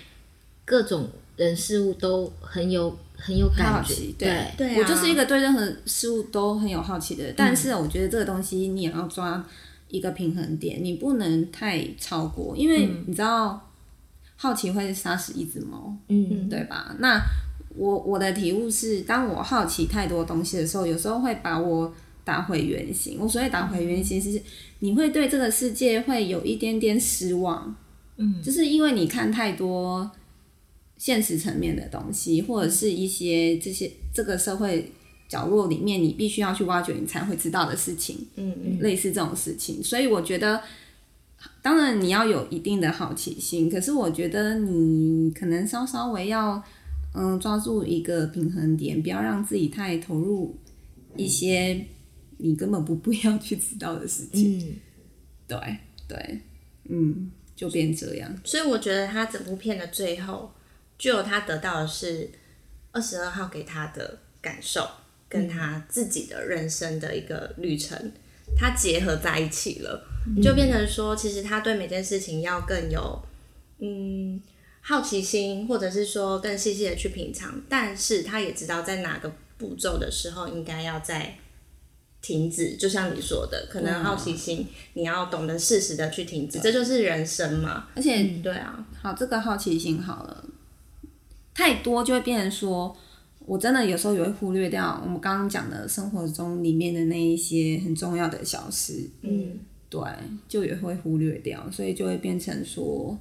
各种人事物都很有很有好感觉奇，，对，对啊我就是一个对任何事物都很有好奇的人，但是我觉得这个东西你也要抓一个平衡点，你不能太超过，因为你知道，好奇会杀死一只猫，嗯对吧？那我我的体悟是，当我好奇太多东西的时候，有时候会把我打回原形。我所谓打回原形是，你会对这个世界会有一点点失望，嗯，就是因为你看太多现实层面的东西，或者是一些这些这个社会角落里面你必须要去挖掘，你才会知道的事情，嗯嗯。类似这种事情。所以我觉得，当然你要有一定的好奇心，可是我觉得你可能稍稍微要，嗯，抓住一个平衡点，不要让自己太投入一些你根本不不要去知道的事情。嗯，对对，嗯，就变这样。所以我觉得他整部片的最后，只有他得到的是二十二号给他的感受，跟他自己的人生的一个旅程，他结合在一起了，就变成说，其实他对每件事情要更有嗯好奇心，或者是说更细细的去品尝，但是他也知道在哪个步骤的时候应该要在。停止，就像你说的，可能好奇心，你要懂得适时的去停止，这就是人生嘛。而且对啊，好，这个好奇心好了，太多就会变成说，我真的有时候也会忽略掉我们刚刚讲的生活中里面的那一些很重要的小事，嗯，对，就也会忽略掉，所以就会变成说，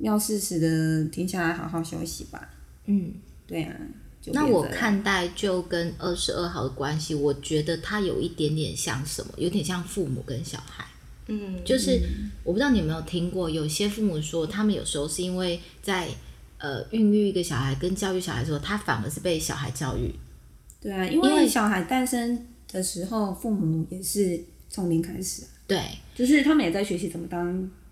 要适时的停下来好好休息吧。嗯，对啊，就那变我这样看待就跟二十二号的关系，我觉得它有一点点像什么，有点像父母跟小孩。嗯，就是我不知道你有没有听过，有些父母说他们有时候是因为在呃孕育一个小孩跟教育小孩的时候，他反而是被小孩教育。对啊，因因为为小孩诞生的时候，父母也是从零开始啊，对，就是他们也在学习怎么当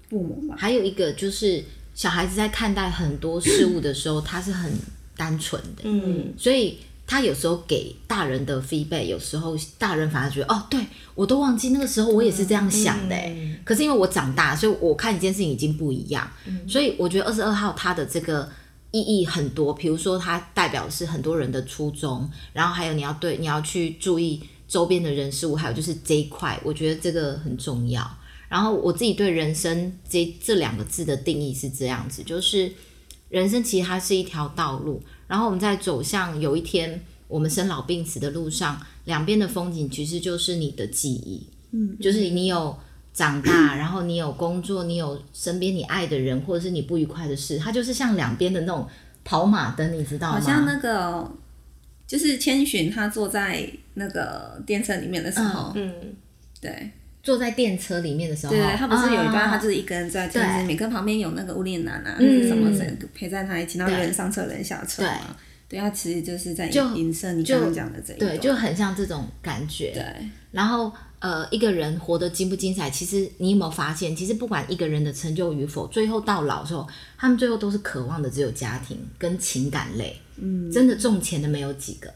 父母嘛。还有一个就是小孩子在看待很多事物的时候，他是很单纯的，嗯，所以他有时候给大人的 feedback，有时候大人反而觉得哦，对我都忘记那个时候我也是这样想的、欸可是因为我长大，所以我看一件事情已经不一样，所以我觉得二十二号它的这个。意义很多，比如说它代表的是很多人的初衷，然后还有你要对你要去注意周边的人事物，还有就是这一块，我觉得这个很重要。然后我自己对人生这这两个字的定义是这样子，就是人生其实它是一条道路，然后我们在走向有一天我们生老病死的路上，两边的风景其实就是你的记忆，嗯，就是你有长大，然后你有工作，你有身边你爱的人，或者是你不愉快的事，它就是像两边的那种跑马灯，你知道吗？好像那个哦就是千寻他坐在那个电车里面的时候，嗯，对坐在电车里面的时候，对对，他不是有一段啊他就是一个人坐在电车里面，跟旁边有那个乌列男啊，嗯什么谁陪在他一起，然后有对人上车，有人下车嘛。对，他其实就是在就影射你刚刚讲的这一对，段。就很像这种感觉。对，然后呃，一个人活得精不精彩，其实你有没有发现，其实不管一个人的成就与否，最后到老的时候，他们最后都是渴望的只有家庭跟情感类。嗯，真的中钱的没有几个，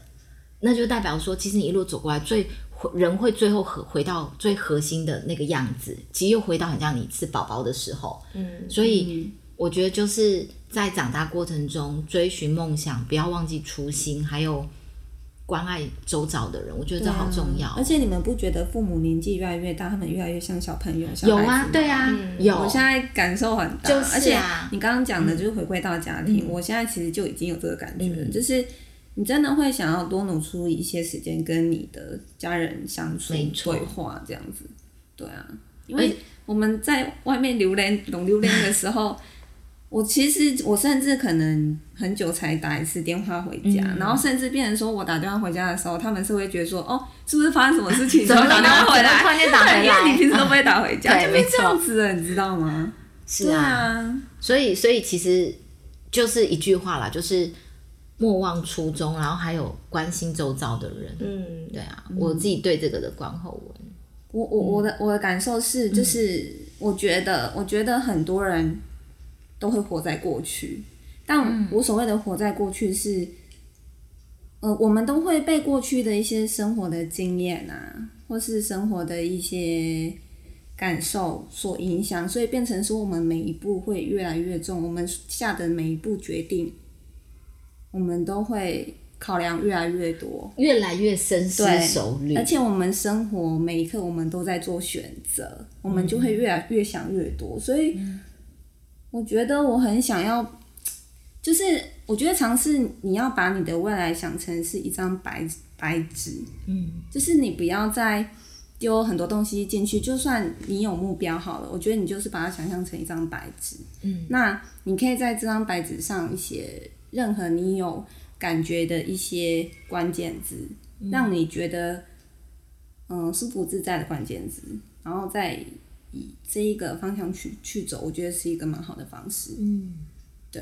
那就代表说，其实你一路走过来，最人会最后回回到最核心的那个样子，其实又回到很像你是宝宝的时候。嗯，所以我觉得就是在长大过程中追寻梦想，不要忘记初心，还有。关爱周遭的人，我觉得这好重要哦、而且你们不觉得父母年纪越来越大，他们越来越像小朋友？小有孩子啊吗，对啊，嗯有。我现在感受很大，就是啊而且你刚刚讲的就是回归到家庭，我现在其实就已经有这个感觉了，就是你真的会想要多挪出一些时间跟你的家人相处、没错对话这样子，对啊，因为我们在外面流连、总流连的时候。我其实我甚至可能很久才打一次电话回家，然后甚至变成说我打电话回家的时候，他们是会觉得说哦，是不是发生什么事情，怎么然后打了电话回怎么突然来，间打回来 <laughs> <laughs> 对因为你平时都不会打回家，对就没变错这样子了，你知道吗？是啊，所以所以其实就是一句话啦，就是莫忘初衷，然后还有关心周遭的人。嗯，对啊，我自己对这个的观后嗯文，我我我的我的感受是，就是我觉得我觉得很多人都会活在过去，但我所谓的活在过去是，呃，我们都会被过去的一些生活的经验啊，或是生活的一些感受所影响，所以变成说我们每一步会越来越重，我们下的每一步决定，我们都会考量越来越多。越来越深思对熟虑而。且我们生活每一刻，我们都在做选择，我们就会越嗯来越想越多。所以，我觉得我很想要，就是我觉得尝试你要把你的未来想成是一张白白纸，嗯，就是你不要再丢很多东西进去。就算你有目标好了，我觉得你就是把它想象成一张白纸。嗯，那你可以在这张白纸上写任何你有感觉的一些关键字，嗯让你觉得嗯舒服自在的关键字，然后再以这一个方向去去走，我觉得是一个蛮好的方式。嗯，对，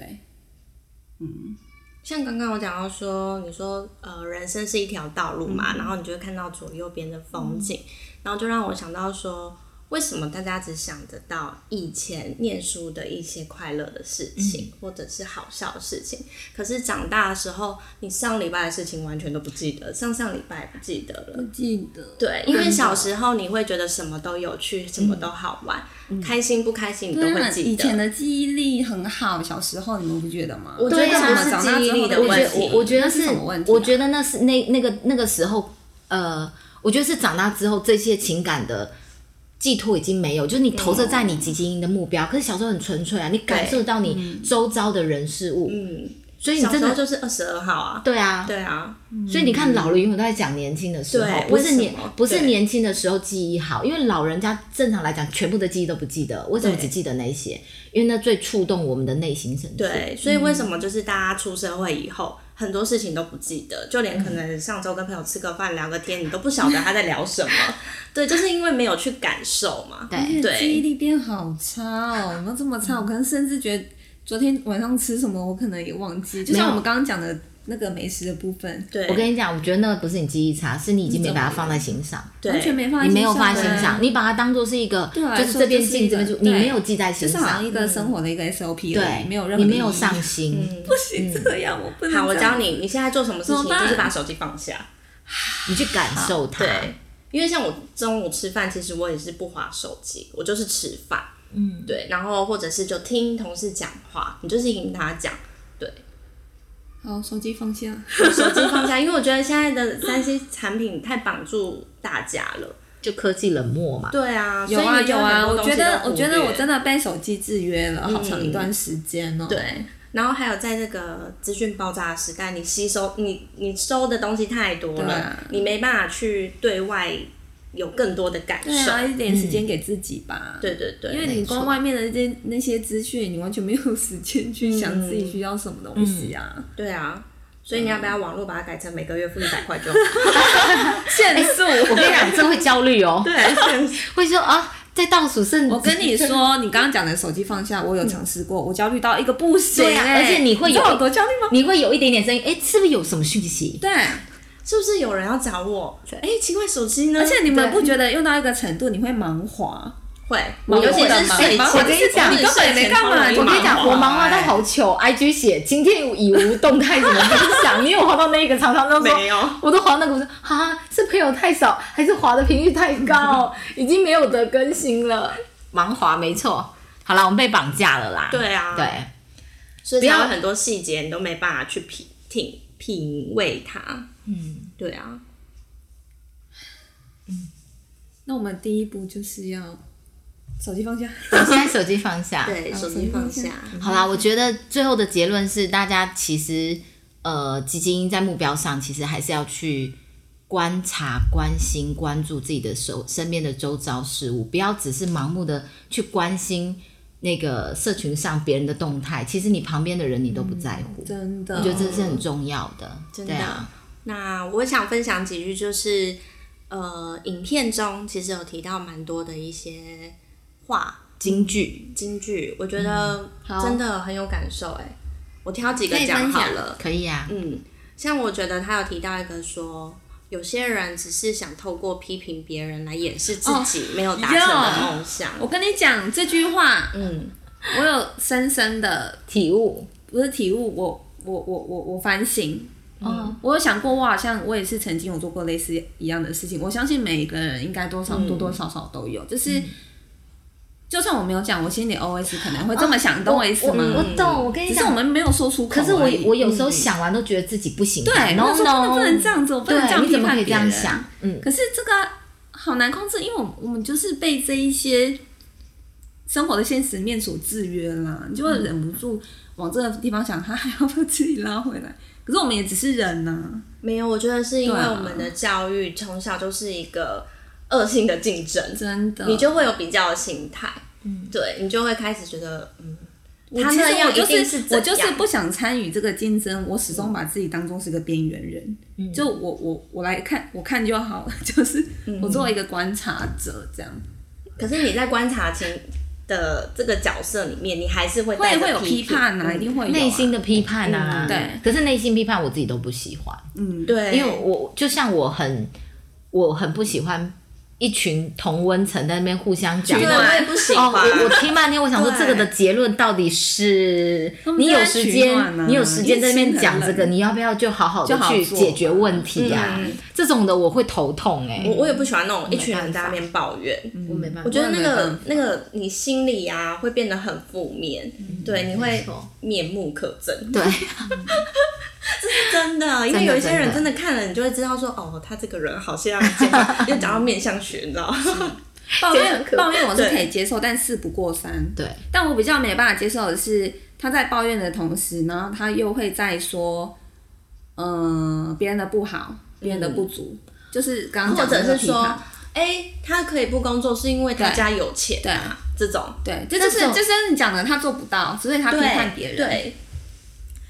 像刚刚我讲到说，你说呃，人生是一条道路嘛，然后你就会看到左右边的风景，然后就让我想到说，为什么大家只想得到以前念书的一些快乐的事情，或者是好笑的事情？可是长大的时候，你上礼拜的事情完全都不记得，上上礼拜也不记得了。记得对，因为小时候你会觉得什么都有趣，什么都好玩，开心不开心你都对会啊，记得。以前的记忆力很好，小时候你们不觉得吗？我觉得为什么那是长大之后记忆力的都我觉不问得题我我觉得那是是什么问，题啊我觉得那是那那个那个时候，呃，我觉得是长大之后这些情感的。寄托已经没有，就是你投射在你汲汲营的目标，可是小时候很纯粹啊，你感受到嗯你周遭的人事物，嗯，所以你小真时候的就是二十二号啊。对啊，对啊，所以你看，老了永远都在讲年轻的时候对，不是为什么年哦不是对年轻的时候记忆好，因为老人家正常来讲全部的记忆都不记得，为什么只记得那些？因为那最触动我们的内心深处。对，所以为什么就是大家出社会以后，很多事情都不记得，就连可能上周跟朋友吃个饭聊个天，你都不晓得他在聊什么。对，就是因为没有去感受嘛。对而且哎记对忆力变好差哦，有没有这么差？我可能甚至觉得昨天晚上吃什么，我可能也忘记。就没有像我们刚刚讲的那个美食的部分，对，我跟你讲，我觉得那个不是你记忆差，是你已经没把它放在心上，完全对没放在你没心上，有放在对心上，你把它当做是一个，对我来啊就说是这边进这就是一个边出，你对没有记在心就是好像上一，个生活的一个 SOP 嗯而对已，，没有任何你没的有意义嗯上心，不行这样，嗯我不能这样。好，我教你，你现在做什么事情，怎么你办就是把手机放下。你去感受它。对，因为像我中午吃饭，其实我也是不划手机，我就是吃饭。嗯，对，然后或者是就听同事讲话，你就是听他讲， <laughs> 对，好，手机放 <laughs> 下。手机放下，因为我觉得现在的三 C 产品太绑住大家了。就科技冷漠嘛。对啊，有啊所以你就有啊，很我多觉得我东西觉都忽略得嗯我真的被手机制约了好长一段时间哦。对。然后还有在这个资讯爆炸的时代，你吸收你你收的东西太多对了啊，你没办法去对外有更多的感受。对啊，一嗯点时间给自己吧。对对对，因为你光外面的那些那些资讯，你完全没有时间去想自己需要什么东西啊。对啊，所以你要不要网络把它改成每个月付一百块就好？限速，我跟你讲，这会焦虑哦， <laughs> 对，会说啊，在倒数剩，我跟你说，你刚刚讲的手机放下，我有尝试过，我焦虑到一个不行对啊欸而且你会有知道我多焦虑吗？你会有一点点声音，哎，是不是有什么讯息？ <laughs> 对，是不是有人要找我？哎、奇怪，手机呢？而且你们对不觉得用到一个程度，你会啊茫滑？会，忙尤其我是忙睡前，忙我跟你讲我你根本没干嘛我睡前超容易跟你讲，忙我活忙啊花哎到好糗，IG 啊写今天已无动态什么分享，因为我滑到那个常常都说没有我都滑那个，我说啊，是朋友太少，还是滑的频率太 <laughs> 高，已经没有得更新了。忙滑没错，好啦，我们被绑架了啦。对啊，，对，所以不要才有很多细节你都没办法去品品品味它。嗯，对啊，那我们第一步就是要手机放下。我现在手机放下。对，手手机机放放下下。好啦，我觉得最后的结论是，大家其实呃，基金在目标上其实还是要去观察、关心、关注自己的手身边的周遭事物，不要只是盲目的去关心那个社群上别人的动态，其实你旁边的人你都不在乎。嗯真的，我觉得这是很重要的，真的对啊，那我想分享几句，就是呃，影片中其实有提到蛮多的一些话京剧金句，我觉得嗯好真的很有感受哎、我挑几个可以讲分享好了。可以啊，嗯，像我觉得他有提到一个说，有些人只是想透过批评别人来掩饰自己没有达成的梦想。我跟你讲这句话，嗯，我有深深的体悟，不是体悟，我我我我我反省。嗯，我有想过，我好像我也是曾经有做过类似一样的事情。我相信每一个人应该多嗯少多多少少都有，就是就算我没有讲，我心里 always 可能会这么想，你懂我意思吗？哦我懂，我跟你只是我讲，们没有说出口而可已。是我我有时候想完都觉得自己不行，对，然我后说真的不能这呢，样子，我不能这对，样你怎批么判可以别这样人。想？嗯，可是这个啊好难控制，因为我我们就是被这一些生活的现实面所制约啦，你就会忍不住往这个地方想，他还要把自己拉回来。可是我们也只是人呐、没有，我觉得是因为对啊我们的教育从小就是一个恶性的竞争，真的。你就会有比较的心态。嗯，对你就会开始觉得，嗯，我他其实那样我就一定是怎样？我就是不想参与这个竞争，我始终把自己当做是个边缘人。就我我我来看我看就好 <laughs> 了，就是我作为一个观察者这样。可是你在观察情的这个角色里面，你还是会带会着会有批批嗯判啊，一定会有嗯啊内心的批判啊，嗯对。可是内心批判我自己都不喜欢，嗯，对，因为我就像我很我很不喜欢一群同温层在那边互相讲对取暖我也不喜哦，欢。我我听半天，我想说对这个的结论到底是他，们你就在有时取间暖啊，你有时间在那边讲这因为心个，很冷你要不要就好好的啊就好去做解决问题啊嗯？这种的我会头痛哎，我我也不喜欢那种一群人在那边抱怨，我没办我法，觉得那我也没办个法那 <laughs> 个你心里啊会变得很负面，对，你会没错面目可憎，对， <laughs> 真的，因为真的有一些人真真的看了你就会知道说，哦，他这个人好像 <laughs> 又讲到面相学，你知道吗？抱这样怨可抱怨我是可以接受，但事不过三。对，但我比较没办法接受的是，他在抱怨的同时，然后他又会在说，嗯、别人的不好，别人的不足，就是刚嗯刚或讲的者那个是批说判。，哎，他可以不工作是因为他对家有钱对啊，这种对，这就是那种就是你讲的，他做不到，所以他批对判别人，对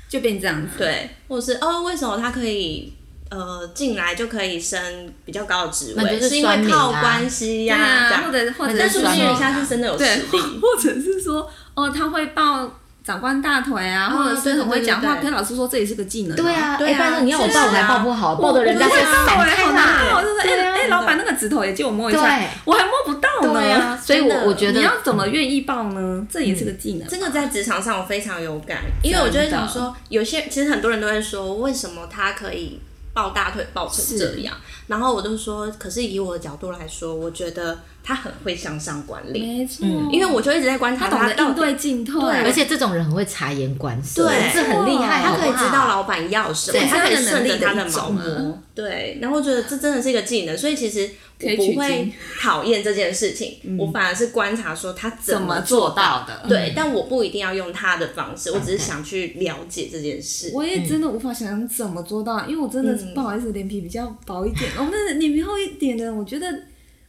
就变这样子。对，或是哦，为什么他可以？呃，进来就可以升比较高的职那位，就是是因为酸民啊靠关系对呀、这啊，样或者或者但是不酸是民人啊家是真的有实对，力？ <laughs> 或者是说，哦，他会抱长官大腿啊，或者是很会讲话，哦对对对对跟老师说这也是个技能啊。对啊，对哎，啊拜托你要我是啊抱我还抱不好，抱的人家我说不知道散哎开好啦，难哦，就是对哎啊哎，老板那个指头也借我摸一下对，我还摸不到对呢啊，。所以真我的我觉得你要怎么愿意抱呢？嗯这也是个技能。这个在职场上我非常有感，因为我就会想说，有些其实很多人都会说，为什么他可以抱大腿抱成这样？然后我就说，可是以我的角度来说，我觉得他很会向上管理，没错，因为我就一直在观察他懂得到应底对进退，对而且这种人很会察言观色，对这很厉害，他好不可以好知道老板要什么对，他可以这是他的顺能着力的他的毛一种啊摸。对，然后我觉得这真的是一个技能，所以其实可我以取不会经嗯讨厌这件事情，我反而是观察说他怎怎么么做到。到的？。对，但我不一定要用他的方式，我只是想去了解这件事。我也真的无法想象哦怎么做到，因为我真的是不好意思，脸皮比较薄一点。我们脸皮厚一点的，我觉得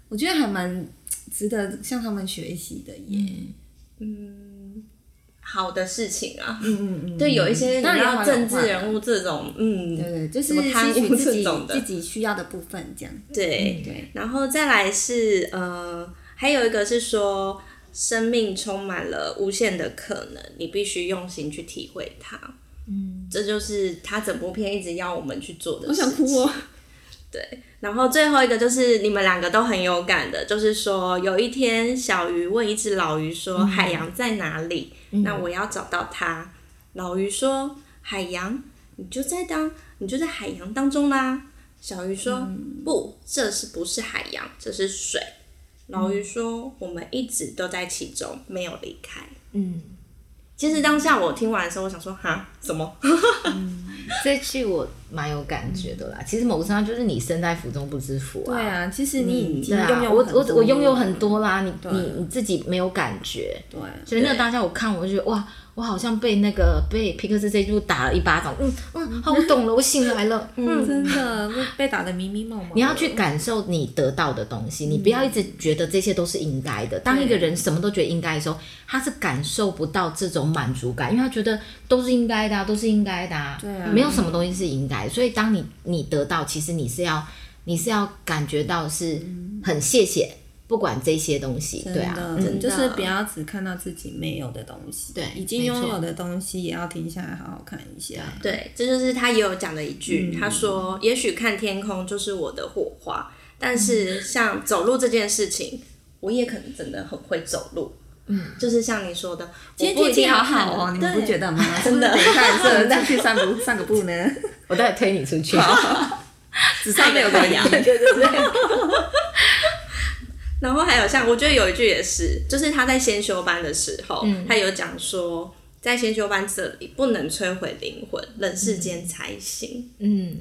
我觉得还蛮值得向他们学习的耶。嗯好的事情啊，嗯嗯嗯，对，有一些当你然知道要政治人物这种，嗯，对，就什是么贪吸污取自己这种的自己需要的部分，这样对，嗯对，然后再来是呃，还有一个是说，生命充满了无限的可能，你必须用心去体会它。嗯，这就是他整部片一直要我们去做的。我想哭哦。然后最后一个就是你们两个都很有感的，就是说有一天小鱼问一只老鱼说：“海洋在哪里？”那我要找到它。老鱼说：“海洋，你就在当你就在海洋当中啦。”小鱼说：“不，这是不是海洋？这是水。”老鱼说：“我们一直都在其中，没有离开。”嗯，其实当下我听完的时候，我想说：“哈，怎么？这句我蛮有感觉的啦。其实某个程度上就是你身在福中不知福啊。对啊，其实你已经对拥啊，有我很我多我拥有了很多啦，你你你自己没有感觉，对，啊所以那个当下我看我就觉得哇，我好像被那个被皮克斯这一部打了一巴掌，嗯嗯，好，我懂了，我醒来了，嗯，真的被被打的迷迷蒙蒙。你要去感受你得到的东嗯西，你不要一直觉得这些都是应该的。当一个人什么都觉得应该的时候，他是感受不到这种满足感，因为他觉得都是应该的、啊，都是应该的、啊，对啊没有什么东西是应该的。所以当你你得到，其实你是要你是要感觉到是很谢谢，不管这些东西，嗯真对啊，的，嗯，嗯就是不要只看到自己没有的东西，对已经没错拥有的东西也要停下来好好看一下。对，这就是他也有讲的一句，嗯他说：“也许看天空就是我的火花，但嗯是像走路这件事情，我也可能真的很会走路。”嗯，就是像你说的，今天我不天一定气要好好哦，看你对啊们不觉得吗？真的是不是得看这再去散步散 <laughs> 个步呢，我待会推你出去。 <laughs> 只晒个 <laughs> 太阳对对对， <laughs> 然后还有像，我觉得有一句也是，就是他在先修班的时候，嗯他有讲说，在先修班这里不能摧毁灵魂，人世间才行。嗯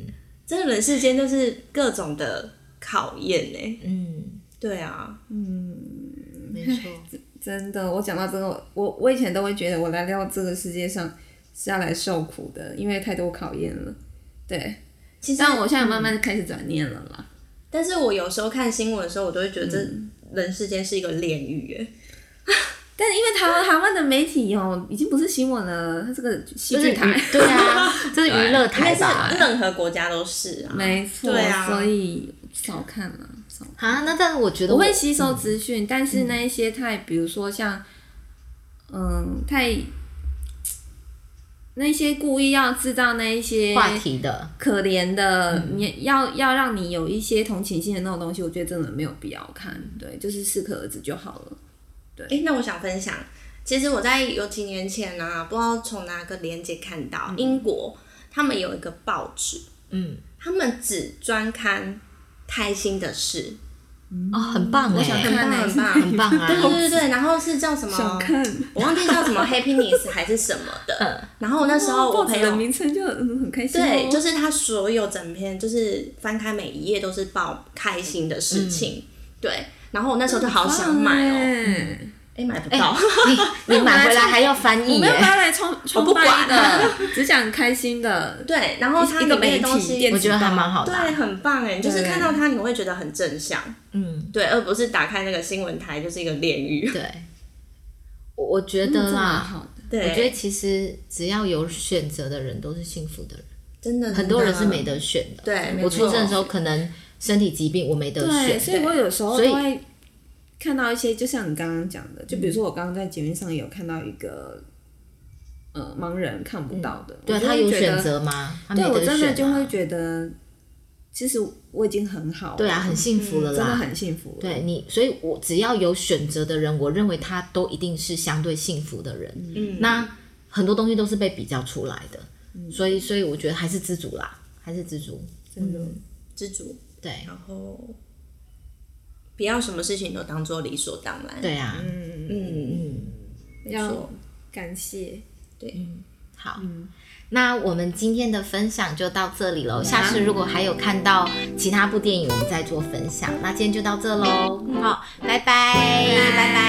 真的人世间就是各种的考验呢、欸嗯，对啊，没 <laughs> 错，真的，我讲到这个，我我以前都会觉得我来到这个世界上是要来受苦的，因为太多考验了。对，其实但我现在慢嗯慢开始转念了啦。但是我有时候看新闻的时候，我都会觉得这嗯人世间是一个炼狱，哎、但因为台湾台湾的媒体哦，已经不是新闻了，它是个戏这是剧娱台，对啊，这是娱乐台但吧是？任何国家都是啊。没错，对啊所以少看了，少看。啊，那但是我觉得我我会吸嗯收资讯，但是那一些太，比如说像，嗯，太那些故意要制造那一些话题的，可怜的，嗯你要要让你有一些同情心的那种东西，我觉得真的没有必要看。对，就是适可而止就好了。哎、那我想分享，其实我在有几年前呢、啊，不知道从哪个链接看嗯到、英国他们有一个报纸，嗯。他们只专刊开心的事，哦，很棒哎、我想很看棒欸很棒。很棒啊！对对对，然后是叫什想么？看，我忘记叫什么 happiness 还是什么的。然后那时候我嗯报朋纸友的名称就嗯很开心、哦。对，就是他所有整篇，就是翻开每一页都是报开心的事嗯情。对，然后我那时候就好想买欸哦，哦。哎、买不到，你 <laughs> 你买回来还要翻译我没耶、有把它 <laughs> 来创创不办管的， <laughs> 只想开心的。对，然后它一里个面媒的东体，西，电我子觉得还报蛮好的啊、对，很棒哎，就是对看到它你会觉得很正向，嗯，对，而不是打开那个新闻台就是一个炼狱，对，我我觉真得的蛮啦，好的。对，我觉得其实只要有选择的人都是幸福的人，真的啊很多人是没得选的。对，没我出错生的时候可能身体疾病，我没得选，对，所以我有时候所以都会看到一些，就像你刚刚讲的，就比如说我刚刚在节目上有看到一个呃盲人看不到的，嗯对啊我就他会有觉选得，择吗？他没对我得真的就选、会啊。觉得，其实我已经很好了，对啊，很幸福了嗯真啦。的很幸福了。对你，所以我只要有选择的人，我认为他都一定是相对幸福的人。嗯，那很多东西都是被比较出来的，所以所以我觉得还是知足啦，还是知足。真的，知足，对然后不要什么事情都当做理所当然，对啊，嗯，没要错，感谢。好。那我们今天的分享就到这里喽。下次如果还有看到嗯其他部电影，我们再做分享。那今天就到这喽。好，拜拜，拜拜。